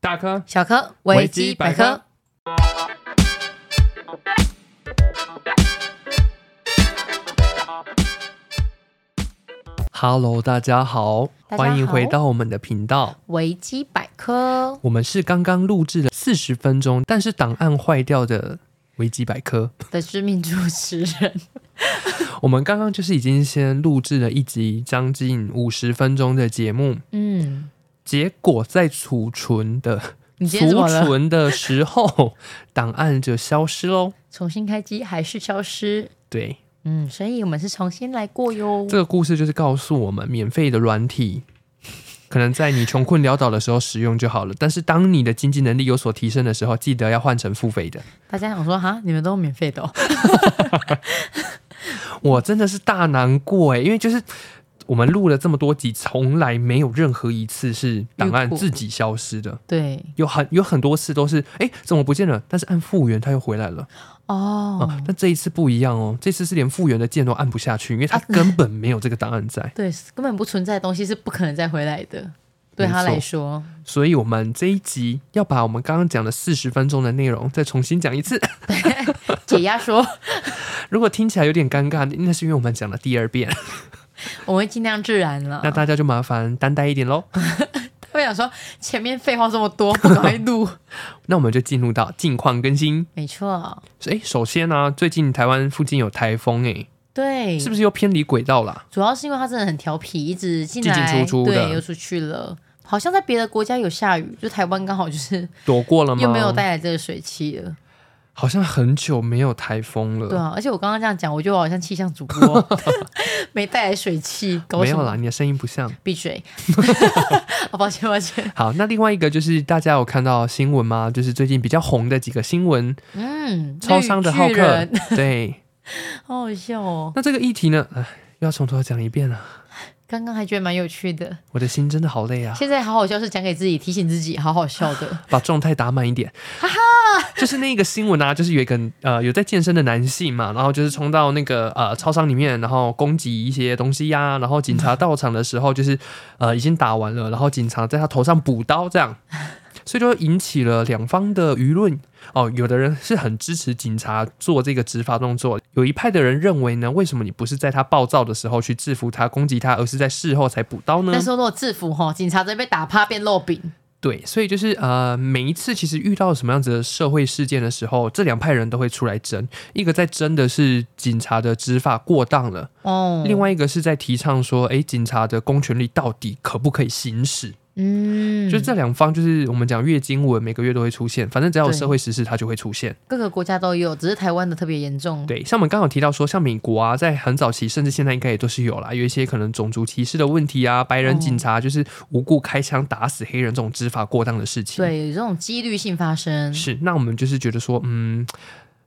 大科小科维维基基百百科科。 ，Hello，大家好，大家好欢迎回到我们的频道。维基百科，我们是刚刚录制了四十分钟，但是档案坏掉的维基百科。 的知名主持人，我们刚刚就是已经先录制了一集将近五十分钟的节目， 嗯，结果在储存的你今天怎储么了？存的时候， 档案就消失喽。重新开机还是消失？对，嗯，所以我们是重新来过哟。这个故事就是告诉我们，免费的软体可能在你穷困潦倒的时候使用就好了，但是当你的经济能力有所提升的时候，记得要换成付费的。大家想说哈，你们都免费的、哦，我真的是大难过诶，因为就是我们录了这么多集，从来没有任何一次是档案遇过自己消失的。 对有很有很多次都是，哎、怎么不见了？但是按复原它又回来了哦啊、，但这一次不一样哦，这次是连复原的键都按不下去，因为它根本没有这个档案在。对，根本不存在的东西是不可能再回来的。对没他错来 说，所以我们这一集要把我们刚刚讲的四十分钟的内容再重新讲一次。 解压说，如果听起来有点尴尬，那是因为我们讲了第二遍，我们会尽量自然了那。大家就麻烦担待一点喽。他会想说，前面废话这么多，不赶快 录？那我们就进入到近况更新。没错，哎，首先呢、最近台湾附近有台风，哎，对，是不是又偏离轨道啦？主要是因为他真的很调皮，一直进来进进出出的对，又出去了。好像在别的国家有下雨，就台湾刚好 就是躲过了吗？又没有带来这个水汽了。好像很久没有台风了。对啊，而且我刚刚这样讲，我就好像气象主播， 没带来水汽，搞没什有么啦，，你的声音不像。闭嘴。 啊，抱歉抱歉，好，那另外一个就是大家有看到新闻吗？就是最近比较红的几个新闻，嗯，超商的浩绿巨克人，对。好好笑哦。那这个议题呢，唉又要从头讲一遍了。刚刚还觉得蛮有趣的，我的心真的好累啊，现在好好笑是讲给自己提醒自己，好好笑的。把状态打满一点。哈哈，就是那个新闻啊，就是有一个呃有在健身的男性嘛，然后就是冲到那个呃超商里面，然后攻击一些东西呀、然后警察到场的时候，就是呃已经打完了，然后警察在他头上补刀这样。所以就引起了两方的舆论哦，有的人是很支持警察做这个执法动作，有一派的人认为呢，为什么你不是在他暴躁的时候去制服他、攻击他，而是在事后才补刀呢？但是如果制服吼，警察直接被打趴变肉饼，对，所以就是呃，每一次其实遇到什么样子的社会事件的时候，这两派人都会出来争，一个在争的是警察的执法过当了，哦，另外一个是在提倡说，诶，警察的公权力到底可不可以行使？嗯，就这两方，就是我们讲月经文，每个月都会出现，反正只要有对社会时事，它就会出现。各个国家都有，只是台湾的特别严重。对，像我们刚好提到说，像美国啊，在很早期，甚至现在应该也都是有啦，有一些可能种族歧视的问题啊，白人哦警察就是无故开枪打死黑人这种执法过当的事情。对，有这种几率性发生。是，那我们就是觉得说，嗯，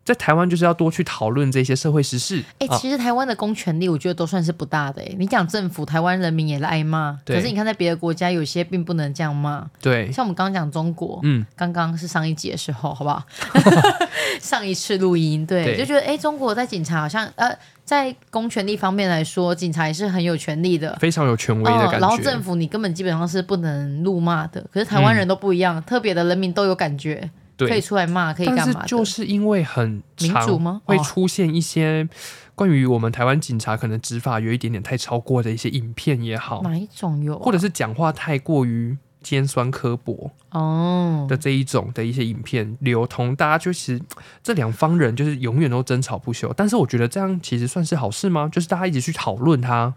在台湾就是要多去讨论这些社会时事。哎、啊，其实台湾的公权力，我觉得都算是不大的、哎，你讲政府，台湾人民也来挨骂，对可是你看在别的国家，有些并不能这样骂。对，像我们刚刚讲中国，嗯，刚刚是上一集的时候，好不 好？上一次录音，对，对就觉得哎、诶中国在警察好像呃，在公权力方面来说，警察也是很有权力的。非常有权威的感觉。嗯然后哦政府你根本基本上是不能怒骂的，可是台湾人都不一样，特别的人民都有感觉，可以对，出来骂，可以但干是嘛的？就是因为很民常主吗会哦出现一些关于我们台湾警察可能执法有一点点太超过的一些影片也好，哪一种有啊、或者是讲话太过于尖酸刻薄哦，的这一种的一些影片流通，大家就其实这两方人就是永远都争吵不休。但是我觉得这样其实算是好事吗？就是大家一起去讨论它。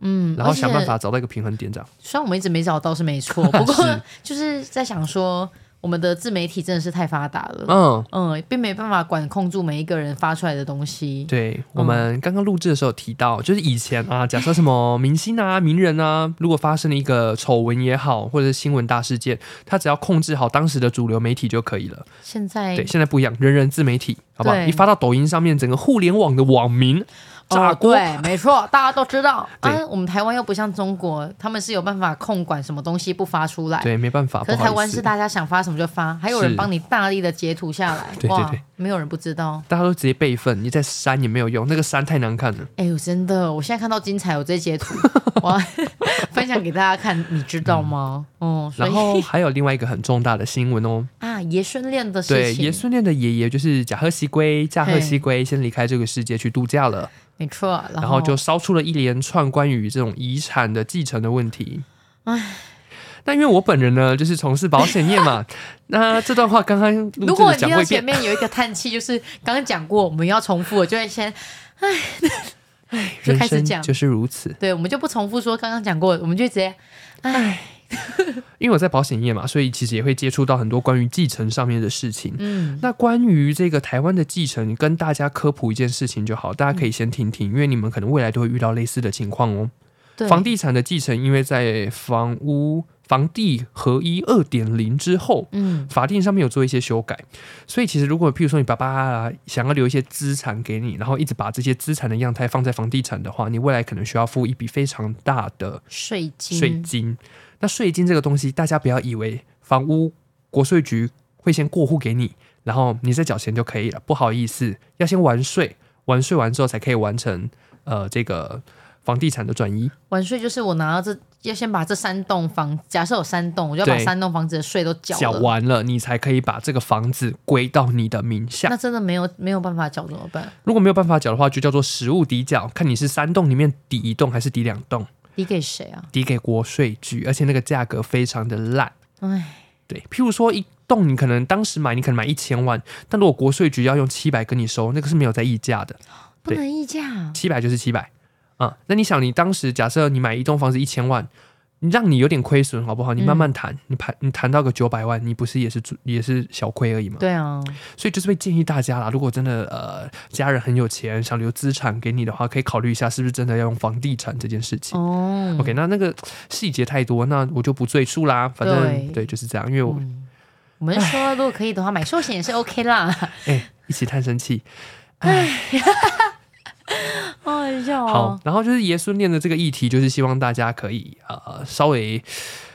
嗯，然后想而且办法找到一个平衡点，这样。虽然我们一直没找到是 没错，不过是 就是在想说，我们的自媒体真的是太发达了，嗯，嗯，并没办法管控住每一个人发出来的东西。对，我嗯们刚刚录制的时候有提到，就是以前啊，假设什么明星啊、名人啊，如果发生了一个丑闻也好，或者是新闻大事件，他只要控制好当时的主流媒体就可以了。现在对，现在不一样，人人自媒体，好不好？对一发到抖音上面，整个互联网的网民炸哦，锅。对，没错，大家都知道。对啊，我们台湾又不像中国，他们是有办法控管什么东西不发出来。对，没办法，啊可是不台好意湾思是。大家想发什么就发，还有人是帮你大力的截图下来，对对哇对，没有人不知道。大家都直接备份，你再删也没有用，那个删太难看了。哎呦，真的，我现在看到精彩，我这 截图，我要分享给大家看，你知道吗？哦、所嗯然以后还有另外一个很重大的新闻哦， 啊，爷孙恋的事对，情爷，孙恋的爷爷就是甲贺西归，驾贺西归先离开这个世界去度假了，没错，然后然后就烧出了一连串关于这种遗产的继承的问题。唉，那因为我本人呢，就是从事保险业 嘛，那这段话刚刚录如制果的你讲听过到一前遍，面有一个叹气， 就是刚刚讲过，我们要重复了，就会先，哎，就人开始生讲，就是如此。对，我们就不重复说刚刚讲过，我们就直接，哎，因为我在保险业嘛，所以其实也会接触到很多关于继承上面的事情。嗯，那关于这个台湾的继承，跟大家科普一件事情就好，大家可以先听听，因为你们可能未来都会遇到类似的情况哦。对，房地产的继承，因为在房屋房地合一二点零之后，嗯，法定上面有做一些修改，所以其实如果譬如说你爸爸啊想要留一些资产给你，然后一直把这些资产的样态放在房地产的话，你未来可能需要付一笔非常大的税金，税金。那税金这个东西，大家不要以为房屋国税局会先过户给你，然后你再缴钱就可以了。不好意思，要先完税，完税完之后才可以完成呃这个房地产的转移。完税就是我拿到这，要先把这三栋房，假设有三栋，我就要把对三栋房子的税都缴缴了。完了，你才可以把这个房子归到你的名那下。真的没有没有办法缴怎么办？如果没有办法缴的话，就叫做实物抵缴，看你是三栋里面抵一栋还是抵两栋，抵给谁啊？抵给国税局，而且那个价格非常的烂。哎，对，譬如说一栋，你可能当时买，你可能买一千万，但如果国税局要用七百跟你收，那个是没有在议价的，不能议价。七百就是七百啊。那你想，你当时假设你买一栋房子一千万，你让你有点亏损好不好？嗯你慢慢谈，你谈你谈到个九百万，你不是也是也是小亏而已吗？对啊，所以就是会建议大家啦，如果真的呃家人很有钱，想留资产给你的话，可以考虑一下是不是真的要用房地产这件事情。哦 OK，那那个细节太多，那我就不赘述啦。反正对嗯就是这样。因为我哎、我们说如果可以的话，买寿险也是 OK 啦。哎一起叹声气。哎 呦，好，然后就是爷孙恋的这个议题，就是希望大家可以呃稍微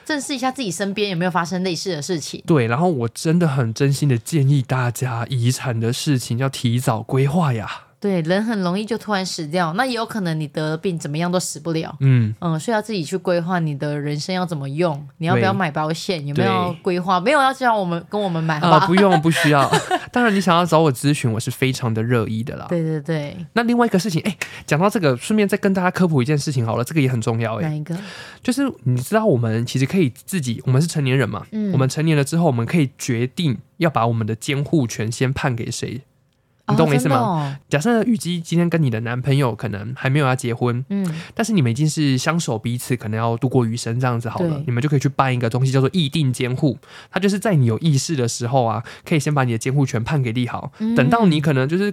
正视一下自己身边有没有发生类似的事情。对。然后我真的很真心的建议大家，遗产的事情要提早规划呀。对，人很容易就突然死掉，那也有可能你得了病，怎么样都死不了。嗯，嗯，所以要自己去规划你的人生要怎么用，你要不对要买保险，有没有对规划？没有要叫我们跟我们买，好不啊、好？不用，不需要。 当然，你想要找我咨询，我是非常的热议的啦。 对对对，那另外一个事情，哎、讲到这个，顺便再跟大家科普一件事情好了，这个也很重要、哪哎，一个？就是你知道我们其实可以自己，我们是成年人嘛，嗯我们成年了之后，我们可以决定要把我们的监护权先判给谁。哦你懂我意思吗？吗？假设雨姬今天跟你的男朋友可能还没有要结婚，真的哦但是你们已经是相守彼此，可能要度过余生这样子好了对，你们就可以去办一个东西叫做议定监护，它就是在你有意识的时候啊，可以先把你的监护权判给利好，嗯，等到你可能就是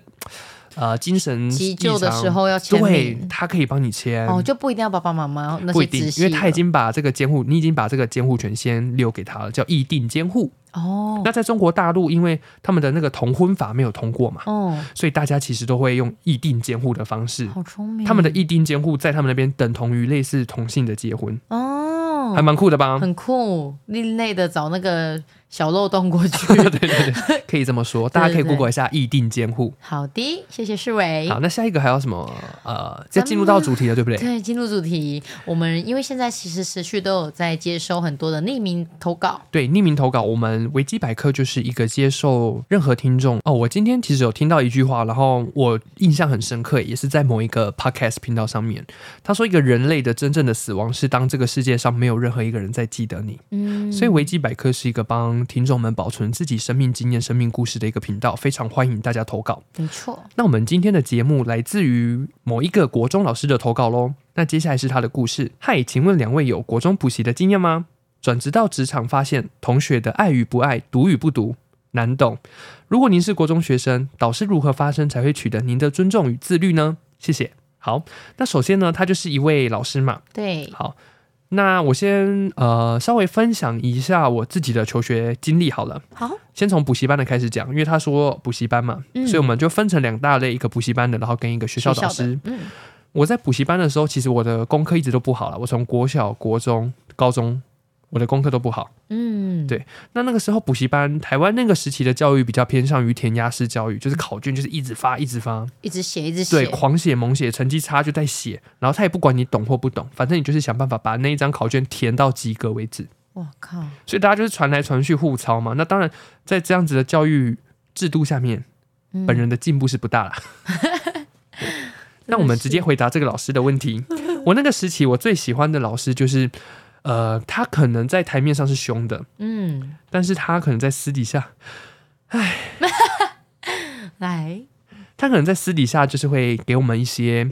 呃精神嗯急异救的常时候要签对名，他可以帮你签，哦，就不一定要爸爸妈妈那不些一定直，系因了，为他已经把这个监护，你已经把这个监护权先留给他了，叫议定监护。哦那在中国大陆，因为他们的那个同婚法没有通过嘛，哦，所以大家其实都会用议定监护的方式。好聪明，嗯他们的议定监护在他们那边等同于类似同性的结婚，哦还，蛮酷的吧？很酷，另类的找那个小漏洞过 去。 对对对，可以这么说，大家可以对对 Google 一下议定监护。好的，谢谢世伟。好，那下一个还有什么？呃，要进入到主题了，对不对？对，进入主题，我们因为现在其实持续都有在接收很多的匿名投稿，对，匿名投稿，我们维基百科就是一个接受任何听众哦。我今天其实有听到一句话，然后我印象很深刻，也是在某一个 podcast 频道上面，他说一个人类的真正的死亡是当这个世界上没有任何一个人再记得你。嗯，所以维基百科是一个帮听众们保存自己生命经验、生命故事的一个频道，非常欢迎大家投稿。没错，那我们今天的节目来自于某一个国中老师的投稿喽。那接下来是他的故事。嗨，请问两位有国中补习的经验吗？转职到职场，发现同学的爱与不爱、读与不读难懂。如果您是国中学生，导师如何发声才会取得您的尊重与自律呢？谢谢。好，那首先呢，他就是一位老师嘛。对，好，那我先呃稍微分享一下我自己的求学经历好了。好，先从补习班的开始讲，因为他说补习班嘛，嗯所以我们就分成两大类，一个补习班的，然后跟一个学校导学师的。，嗯，我在补习班的时候，其实我的功课一直都不好了，我从国小、国中、高中我的功课都不好。嗯，对那那个时候补习班，台湾那个时期的教育比较偏向于填鸭式教育，就是考卷就是一直发，一直发，一直写一直对，写，狂写猛写，成绩差就在写，然后他也不管你懂或不懂，反正你就是想办法把那一张考卷填到及格为止。哇靠，所以大家就是传来传去互抄嘛。那当然，在这样子的教育制度下面，嗯本人的进步是不 大啦。那我们直接回答这个老师的问题。我那个时期，我最喜欢的老师就是，呃，他可能在台面上是凶的，嗯，但是他可能在私底下，来，他可能在私底下就是会给我们一些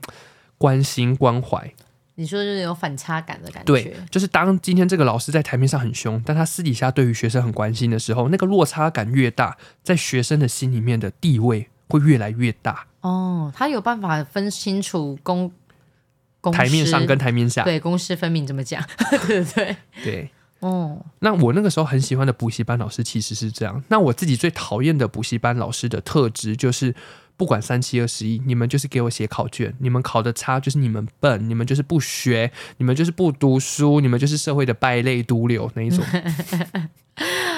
关心关怀。你说就是有反差感的感觉，对，就是当今天这个老师在台面上很凶，但他私底下对于学生很关心的时候，那个落差感越大，在学生的心里面的地位会越来越大。哦，他有办法分清楚公公台面上私跟台面下，对公私分明怎么讲， 对对对，对哦，那我那个时候很喜欢的补习班老师其实是这样。那我自己最讨厌的补习班老师的特质就是，不管三七二十一，你们就是给我写考卷，你们考的差就是你们笨，你们就是不学，你们就是不读书，你们就是社会的败类毒瘤那一 种。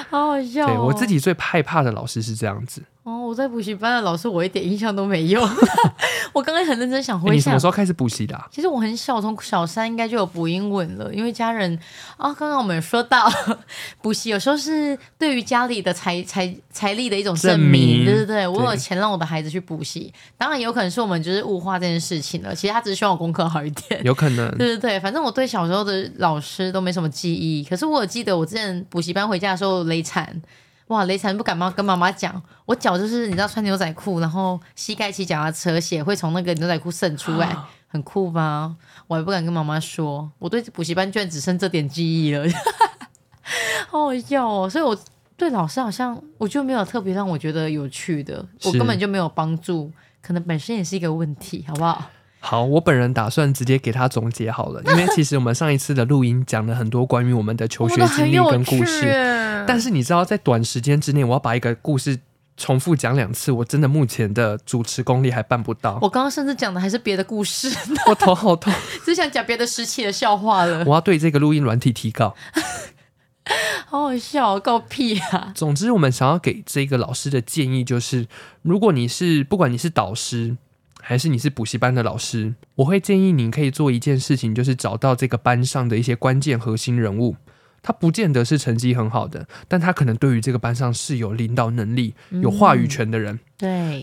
好好笑、哦，对我自己最害怕的老师是这样子。哦，我在补习班的老师，我一点印象都没有。 我刚刚很认真想欸回你什想，么时候开始补习的啊、其实我很小，从小三应该就有补英文了，因为家人啊，刚刚我们有说到 补习有时候是对于家里的财财财力的一种证证明明，对对对，我有对钱让我的孩子去补习，当然也有可能是我们就是物化这件事情了，其实他只是希望我功课好一点。有可能。对对对，反正我对小时候的老师都没什么记忆，可是我有记得我之前补习班回家的时候雷惨，哇，雷惨不敢妈跟妈妈讲，我脚就是你知道穿牛仔裤，然后膝盖骑脚踏车，血会从那个牛仔裤渗出来，啊很酷吧？我还不敢跟妈妈说，我对补习班居然只剩这点记忆了，好好笑哦！所以我对老师好像我就没有特别让我觉得有趣的，我是根本就没有帮助，可能本身也是一个问题，好不好？好，我本人打算直接给他总结好了，因为其实我们上一次的录音讲了很多关于我们的求学我们经很历有跟故趣事，耶但是你知道，在短时间之内，我要把一个故事重复讲两次，我真的目前的主持功力还办不到，我刚刚甚至讲的还是别的故事， 我头好痛，只想讲别的时期的笑话了，我要对这个录音软体提高。好好笑哦，够屁啊！总之，我们想要给这个老师的建议就是，如果你是不管你是导师还是你是补习班的老师，我会建议你可以做一件事情，就是找到这个班上的一些关键核心人物。他不见得是成绩很好的，但他可能对于这个班上是有领导能力、有话语权的人。对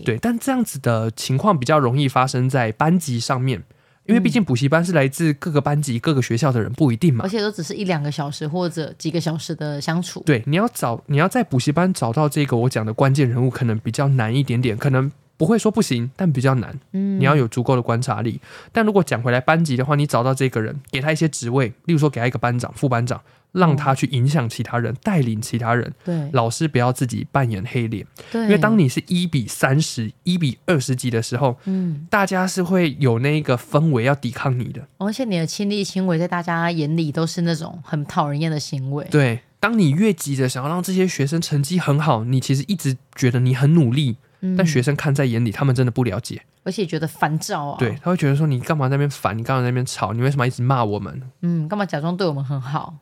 对，但这样子的情况比较容易发生在班级上面，因为毕竟补习班是来自各个班级、各个学校的人，不一定嘛而。且都只是一两个小时或者几个小时的相处，对，你要找你要在补习班找到这个我讲的关键人物，可能比较难一点点，可能不会说不行，但比较难。嗯你要有足够的观察力。但如果讲回来班级的话，你找到这个人，给他一些职位，例如说给他一个班长、副班长，让他去影响其他人，带领其他人。嗯对老师不要自己扮演黑脸，对，因为当你是一比三十、一比二十级的时候，嗯，大家是会有那个氛围要抵抗你的。而且你的亲力亲为在大家眼里都是那种很讨人厌的行为，对，当你越急着想要让这些学生成绩很好，你其实一直觉得你很努力，嗯但学生看在眼里，他们真的不了解，而且觉得烦躁啊，对，，他会觉得说你干嘛在那边烦，你干嘛在那边吵，你为什么一直骂我们？嗯，干嘛假装对我们很好？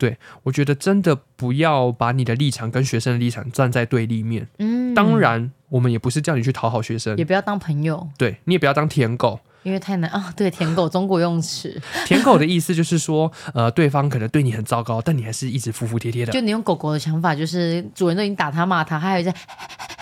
我觉得真的不要把你的立场跟学生的立场站在对立面。嗯，当然，我们也不是叫你去讨好学生也，不要当朋友，对你也不要当舔 狗。因为太难啊、对，舔狗中国用词，舔狗的意思就是说，呃，对方可能对你很糟糕，但你还是一直服服帖帖的就。你用狗狗的想法，就是主人都已经打它骂它，还有一些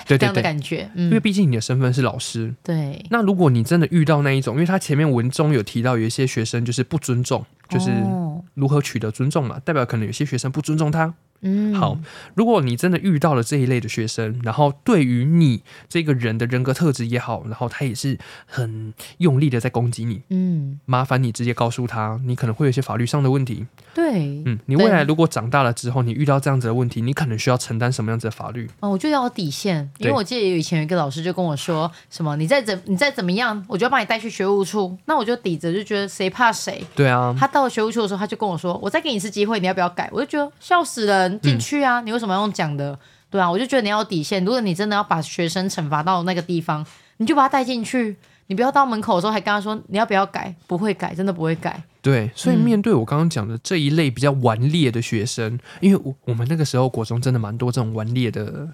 对这对样的对，感觉，因为嗯，毕竟你的身份是老师。对，那如果你真的遇到那一种，因为他前面文中有提到有一些学生就是不尊重，就是哦如何取得尊重嘛，代表可能有些学生不尊重他。嗯，好，如果你真的遇到了这一类的学生，然后对于你这个人的人格特质也好，然后他也是很用力的在攻击你，嗯，麻烦你直接告诉他，你可能会有一些法律上的问题。对，嗯，你对未来如果长大了之后，你遇到这样子的问题，你可能需要承担什么样子的法律？哦，我就要有底线，因对为我记得有以前有一个老师就跟我说，什么你再怎你再怎么样，我就要把你带去学务处，那我就抵着就觉得谁怕谁。对啊，他到了学务处的时候，他就跟我说：“我再给你一次机会，你要不要改？”我就觉得笑死人，嗯进去啊！你为什么要用讲的？对啊，我就觉得你要有底线。如果你真的要把学生惩罚到那个地方，你就把他带进去，你不要到门口的时候还跟他说你要不要改，不会改，真的不会改。对，所以嗯面对我刚刚讲的这一类比较顽劣的学生，因为我我们那个时候国中真的蛮多这种顽劣的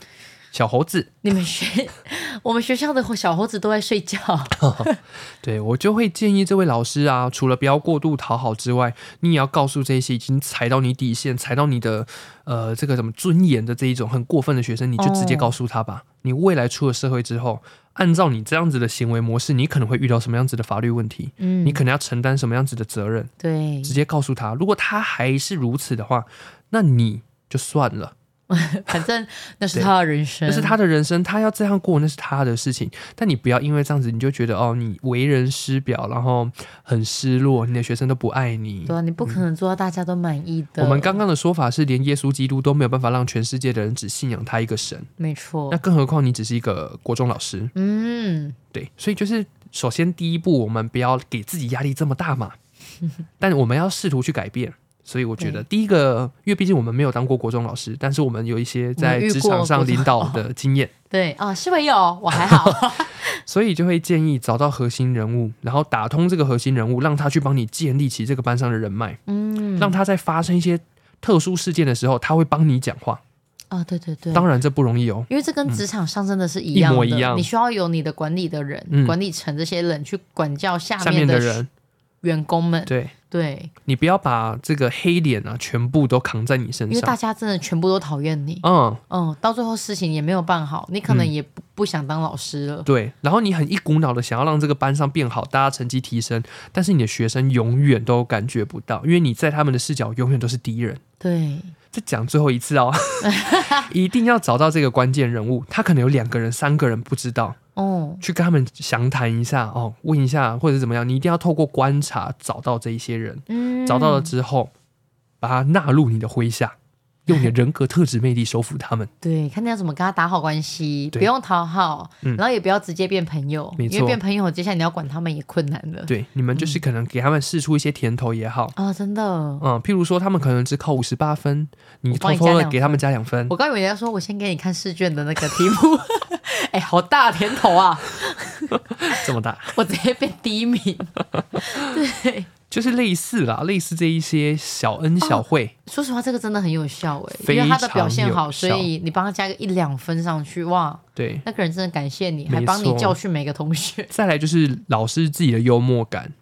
小猴子，你们学 我们学校的小猴子都在睡觉，对我就会建议这位老师啊，除了不要过度讨好之外，你也要告诉这些已经踩到你底线、踩到你的呃这个什么尊严的这一种很过分的学生，你就直接哦告诉他吧，你未来出了社会之后，按照你这样子的行为模式，你可能会遇到什么样子的法律问题，嗯，你可能要承担什么样子的责任，对直接告诉他。如果他还是如此的话，那你就算了。 反正那是对他的人生，那是他的人生，他要这样过那是他的事情。但你不要因为这样子，你就觉得哦，你为人师表，然后很失落，你的学生都不爱你对。啊，你不可能做到大家都满意的。我们刚刚的说法是，连耶稣基督都没有办法让全世界的人只信仰他一个神，没错那，更何况你只是一个国中老师。嗯，对，所以就是首先第一步，我们不要给自己压力这么大 嘛，但我们要试图去改变。所以我觉得第一个，因为毕竟我们没有当过国中老师，但是我们有一些在我们遇职过场上国中领导的经验。对啊，是没有，我还 好，所以就会建议找到核心人物，然后打通这个核心人物，让他去帮你建立起这个班上的人脉，嗯，让他在发生一些特殊事件的时候，他会帮你讲话。啊，对对对，当然这不容易哦，因为这跟职场上真的是一一样的，模一样你需要有你的管理的人、嗯管理层这些人去管教下下面的的人员工们，对对，你不要把这个黑脸啊全部都扛在你身因为大上。家真的全部都讨厌你，嗯，嗯，到最后事情也没有办好，你可能嗯也不不想当老师了，对。然后你很一股脑的想要让这个班上变好，大家成绩提升，但是你的学生永远都感觉不到，因为你在他们的视角永远都是敌人。对，再讲最后一 次哦，一定要找到这个关键人物，他可能有两个人、三个人不知道，哦，去跟他们详谈一下哦，问一下或者怎么样，你一定要透过观察找到这一些人，嗯，找到了之后，把他纳入你的麾下，用你的人格特质魅力收服他们。对，看你要怎么跟他打好关系，对不用讨好，嗯然后也不要直接变朋友，没因错为变朋友，接下来你要管他们也困难了。对，你们就是可能给他们试出一些甜头也好，啊、真的，嗯，譬如说他们可能只考五十八分，你偷偷的给他们加两分我，刚以为人家说我先给你看试卷的那个题目， 哎、好大甜头啊！这么大，我直接变第一名。就是类似啦，类似这一些小恩小惠，说实话，这个真的很有效哎、非因常为他的表现好，有所效以你帮他加个一两分上去，哇，对。那个人真的感谢你，没还帮你错教训每个同学 再来就是老师自己的幽默感，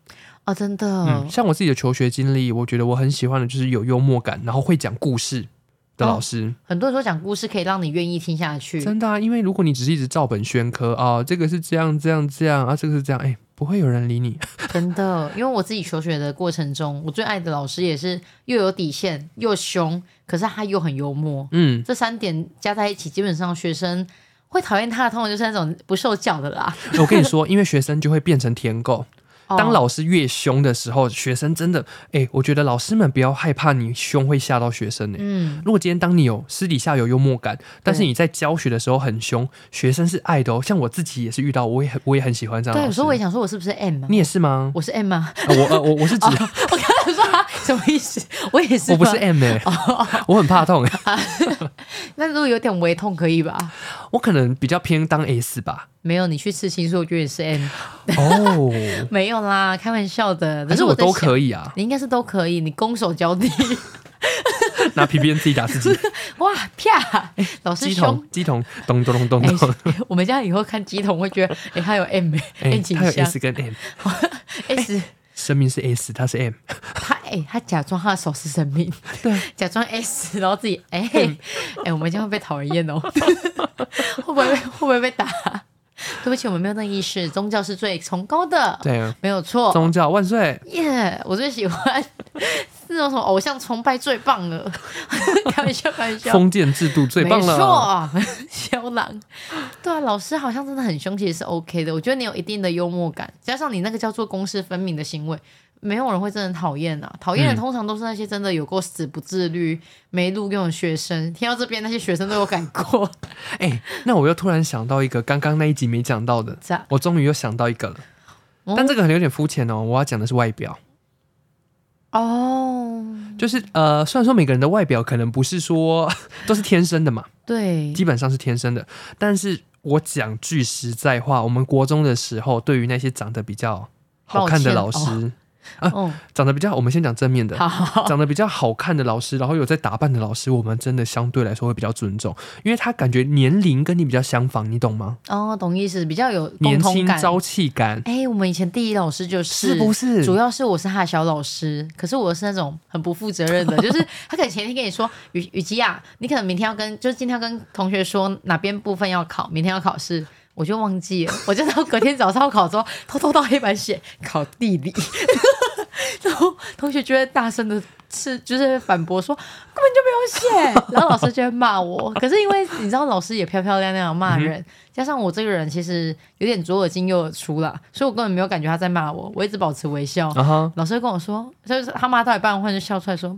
啊、真的。嗯，像我自己的求学经历，我觉得我很喜欢的就是有幽默感，然后会讲故事的老师。很多人说讲故事可以让你愿意听下去，真的啊，因为如果你只是一直照本宣科啊、这个是这样这样这样啊，这个是这样，哎、不会有人理你。真的，因为我自己求学的过程中，我最爱的老师也是又有底线又凶，可是他又很幽默，嗯，这三点加在一起，基本上学生会讨厌他的，通常就是那种不受教的啦。我跟你说，因为学生就会变成舔狗。哦当老师越凶的时候，学生真的，哎、我觉得老师们不要害怕你凶会吓到学生呢、嗯，如果今天当你有私底下有幽默感，但是对你在教学的时候很凶，学生是爱的哦。像我自己也是遇到，我也很我也很喜欢这样对，的老有师。时候我也想说，我是不是 M 啊？你也是吗？我是 M 啊？ 啊我呃我我是指、我刚才说啊，什么意思？我也哦是吗，哦我不是 M 哎、 我很怕痛、欸， 那如果有点微痛可以吧？我可能比较偏当 S 吧。没有，你去刺青，所以我觉得也 是 M。哦，没有啦，开玩笑的。可可是是我在都想，可以啊，你应该是都可以，你攻守交替， 拿皮鞭自己打自己，哇啪！老师哎鸡凶桶鸡桶咚咚咚咚咚。哎， 我们家以后看鸡桶会 觉得，哎、它有 M 哎、 M 倾它有向 S 哎跟 M， S，生命是 S，它是 M，他哎、他假装他的手是生命，对， 嗯假装 S，然后自己哎哎、我们这样会被讨人厌哦， 会不会被会不会被打？对不起，我们没有那个意识，宗教是最崇高的，对啊，没有错。宗教万岁！耶我最喜欢 那种什么偶像崇拜最棒了， 开玩笑，开玩笑。封建制度最棒没了。错， 肖郎。对啊，老师好像真的很凶，其实是 OK 的。我觉得你有一定的幽默感，加上你那个叫做公私分明的行为，没有人会真的讨厌啊。讨厌的嗯通常都是那些真的有过死不自律、没录用的学生。听到这边，那些学生都有改过。 哎、那我又突然想到一个刚刚那一集没讲到的，咋？我终于又想到一个了，哦但这个可能有点肤浅哦。我要讲的是外表，哦，就是呃，虽然说每个人的外表可能不是说 都是天生的嘛，对，基本上是天生的。但是我讲句实在话，我们国中的时候，对于那些长得比较好看的老抱师，哦，长得比较，我们先讲正面的，好好好，长得比较好看的老师，然后有在打扮的老师，我们真的相对来说会比较尊重，因为他感觉年龄跟你比较相仿，你懂吗？哦，懂意思，比较有共年同轻感。朝气感，哎、我们以前地理老师就是，是不是？主要是我是他的小老师，可是我是那种很不负责任的，就是他可能前天跟你说，雨雨吉啊，你可能明天要跟，就是今天要跟同学说哪边部分要考，明天要考试。我就忘记了，我就到隔天早上要考的时候，偷偷到黑板写考地理，然后同学就会大声的斥，就是反驳说根本就没有写，然后老师就会骂我。可是因为你知道，老师也漂漂亮亮地骂人，加上我这个人其实有点左耳进右耳出啦，所以我根本没有感觉他在骂我，我一直保持微笑。啊哈，老师就跟我说，就是他妈到一半，忽然就笑出来说：“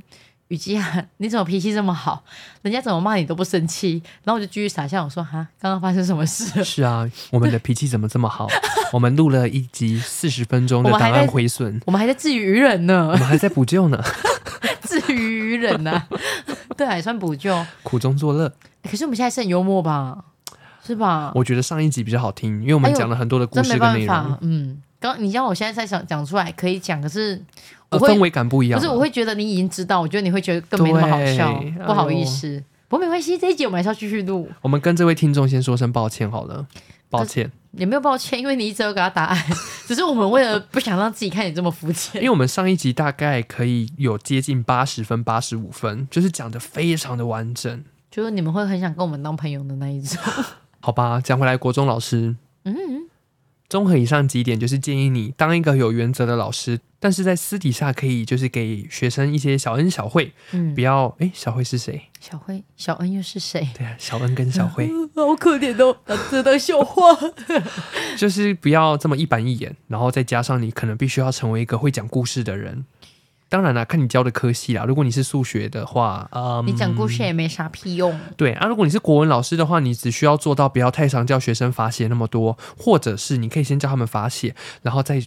雨姬啊，你怎么脾气这么好？人家怎么骂你都不生气？”然后我就继续傻笑，我说：“哈，刚刚发生什么事 了是啊，我们的脾气怎么这么 好？我们录了一集四十分钟的我们档还案在回损？”，我们还在自娱于人我呢， 们还在补救呢， 自娱于人呢、对啊， 也算补救。苦中作乐。可是我们现在是很幽默吧？是吧？我觉得上一集比较好听，因为我们哎呦讲了很多的故真事没跟办内容法，，嗯。刚你像我现在在想讲出来可以讲，可是呃我会氛围感不一样可啊。是我会觉得你已经知道，我觉得你会觉得更没那么好笑对，不好哎呦意思。不过没关系，这一集我们还是要继续录，我们跟这位听众先说声抱歉好了，抱歉，也没有抱歉，因为你一直有给他答案， 只是我们为了不想让自己看你这么肤因浅。为我们上一集大概可以有接近八十分、八十五分，就是讲的非常的完整，就是你们会很想跟我们当朋友的那一种，好吧？讲回来，国中老师，嗯，综合以上几点，就是建议你当一个有原则的老师，但是在私底下可以就是给学生一些小恩小惠，嗯不，要哎、小惠是谁？小慧、小恩又是谁？对啊，小恩跟小 惠，好可怜哦，拿这当笑话。就是不要这么一板一眼，然后再加上你可能必须要成为一个会讲故事的人。当然啦，看你教的科系啦。如果你是数学的话，嗯， 你讲故事也没啥屁用，对啊，如果你是国文老师的话，你只需要做到不要太常叫学生罚写那么多，或者是你可以先教他们罚写，然后再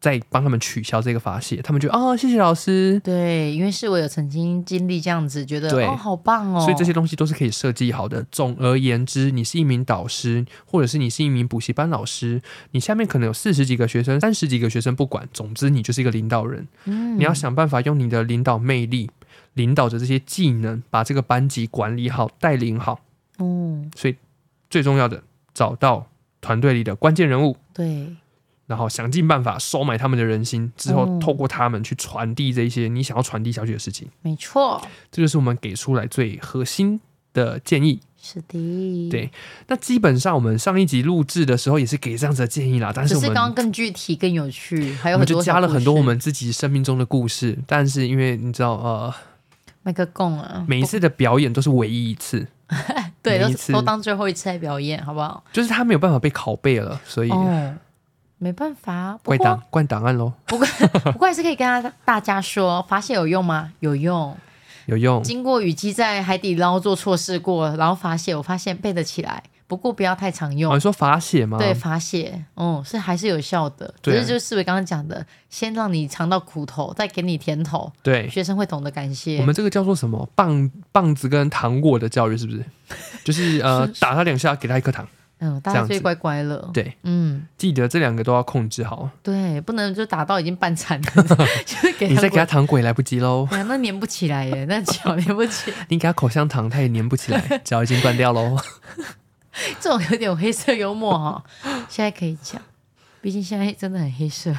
再帮他们取消这个罚写，他们就哦，谢谢老师。对，因为是我有曾经经历这样子，觉得对哦，好棒哦。所以这些东西都是可以设计好的。总而言之，你是一名导师，或者是你是一名补习班老师，你下面可能有四十几个学生、三十几个学生，不管，总之你就是一个领导人。嗯你要想办法用你的领导魅力，领导着这些技能，把这个班级管理好、带领好。嗯，最重要的，找到团队里的关键人物，对，然后想尽办法收买他们的人心，之后嗯透过他们去传递这些你想要传递下去的事情。没错，这就是我们给出来最核心的建议。是的。对那基本上我们上一集录制的时候也是给这样子的建议啦，但是只我是们刚刚更具体、更有趣，还我有们很多就加了很多小我故事们自己生命中的故事，但是因为你知道，呃，麦克贡啊，每一次的表演都是唯一一次，对，每都一是次都当最后一次来表演，好不好？就是他没有办法被拷贝了，所以哦，没办法，不怪过档灌档案喽，不过还是可以跟大大家说，发泄有用吗？有用。有用。经过雨季在海底捞做错事过，然后发泄，我发现背得起来，不过不要太常哦，用你。说罚写吗？对，发泄，嗯，是还是有效的，只对啊是就是思维刚刚讲的，先让你尝到苦头，再给你甜头，对，学生会懂得感谢。我们这个叫做什么棒棒子跟糖果的教育是不 是？就是呃，打他两下，给他一颗糖。嗯，大这家样最子乖乖了。对，嗯，记得这两个都要控制好，对，不能就打到已经半残了， 就是给你他再给他滚。糖果也来不及喽，哎呀，那粘不起来耶，那脚粘不起来。你给他口香糖，他也粘不起 来，脚已经断掉喽。这种有点黑色幽默 哈、现在可以讲，毕竟现在真的很黑色。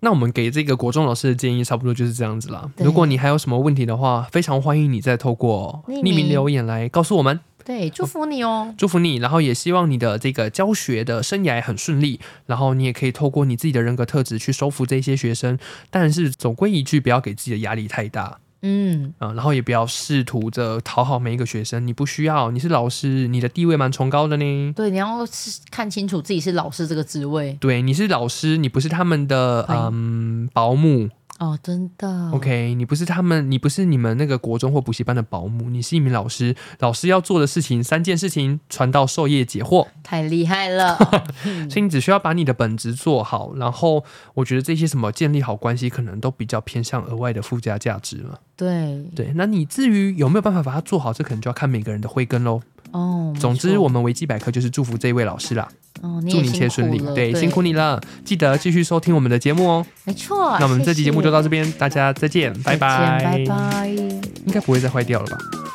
那我们给这个国中老师的建议差不多就是这样子啦。对如果你还有什么问题的话，非常欢迎你再透过匿匿名名留言来告诉我们。对，祝福你哦。祝福你，然后也希望你的这个教学的生涯很顺利，然后你也可以透过你自己的人格特质去收服这些学生，但是总归一句，不要给自己的压力太大啊、嗯，呃然后也不要试图着讨好每一个学生，你不需要，你是老师，你的地位蛮崇高的呢。对，你要是看清楚自己是老师这个职位对，你是老师，你不是他们的哎嗯保姆、哦，真的。 o k 你不是他们，你不是你们那个国中或补习班的保姆，你是一名老师，老师要做的事情三件事情：传道授业解惑。太厉害了。 所以你只需要把你的本职做好，然后我觉得这些什么建立好关系，可能都比较偏向额外的附加价值嗯嘛。对，对，那你至于有没有办法把它做好，这可能就要看每个人的慧根喽。哦，没总之，错我们维基百科就是祝福这位老师啦。哦，你祝也你辛切顺利苦了，对，辛苦，你了，记得继续收听我们的节目哦。没错。那我们这期节目就到这，这边，大家再见，拜再见拜，拜拜。应该不会再坏掉了吧？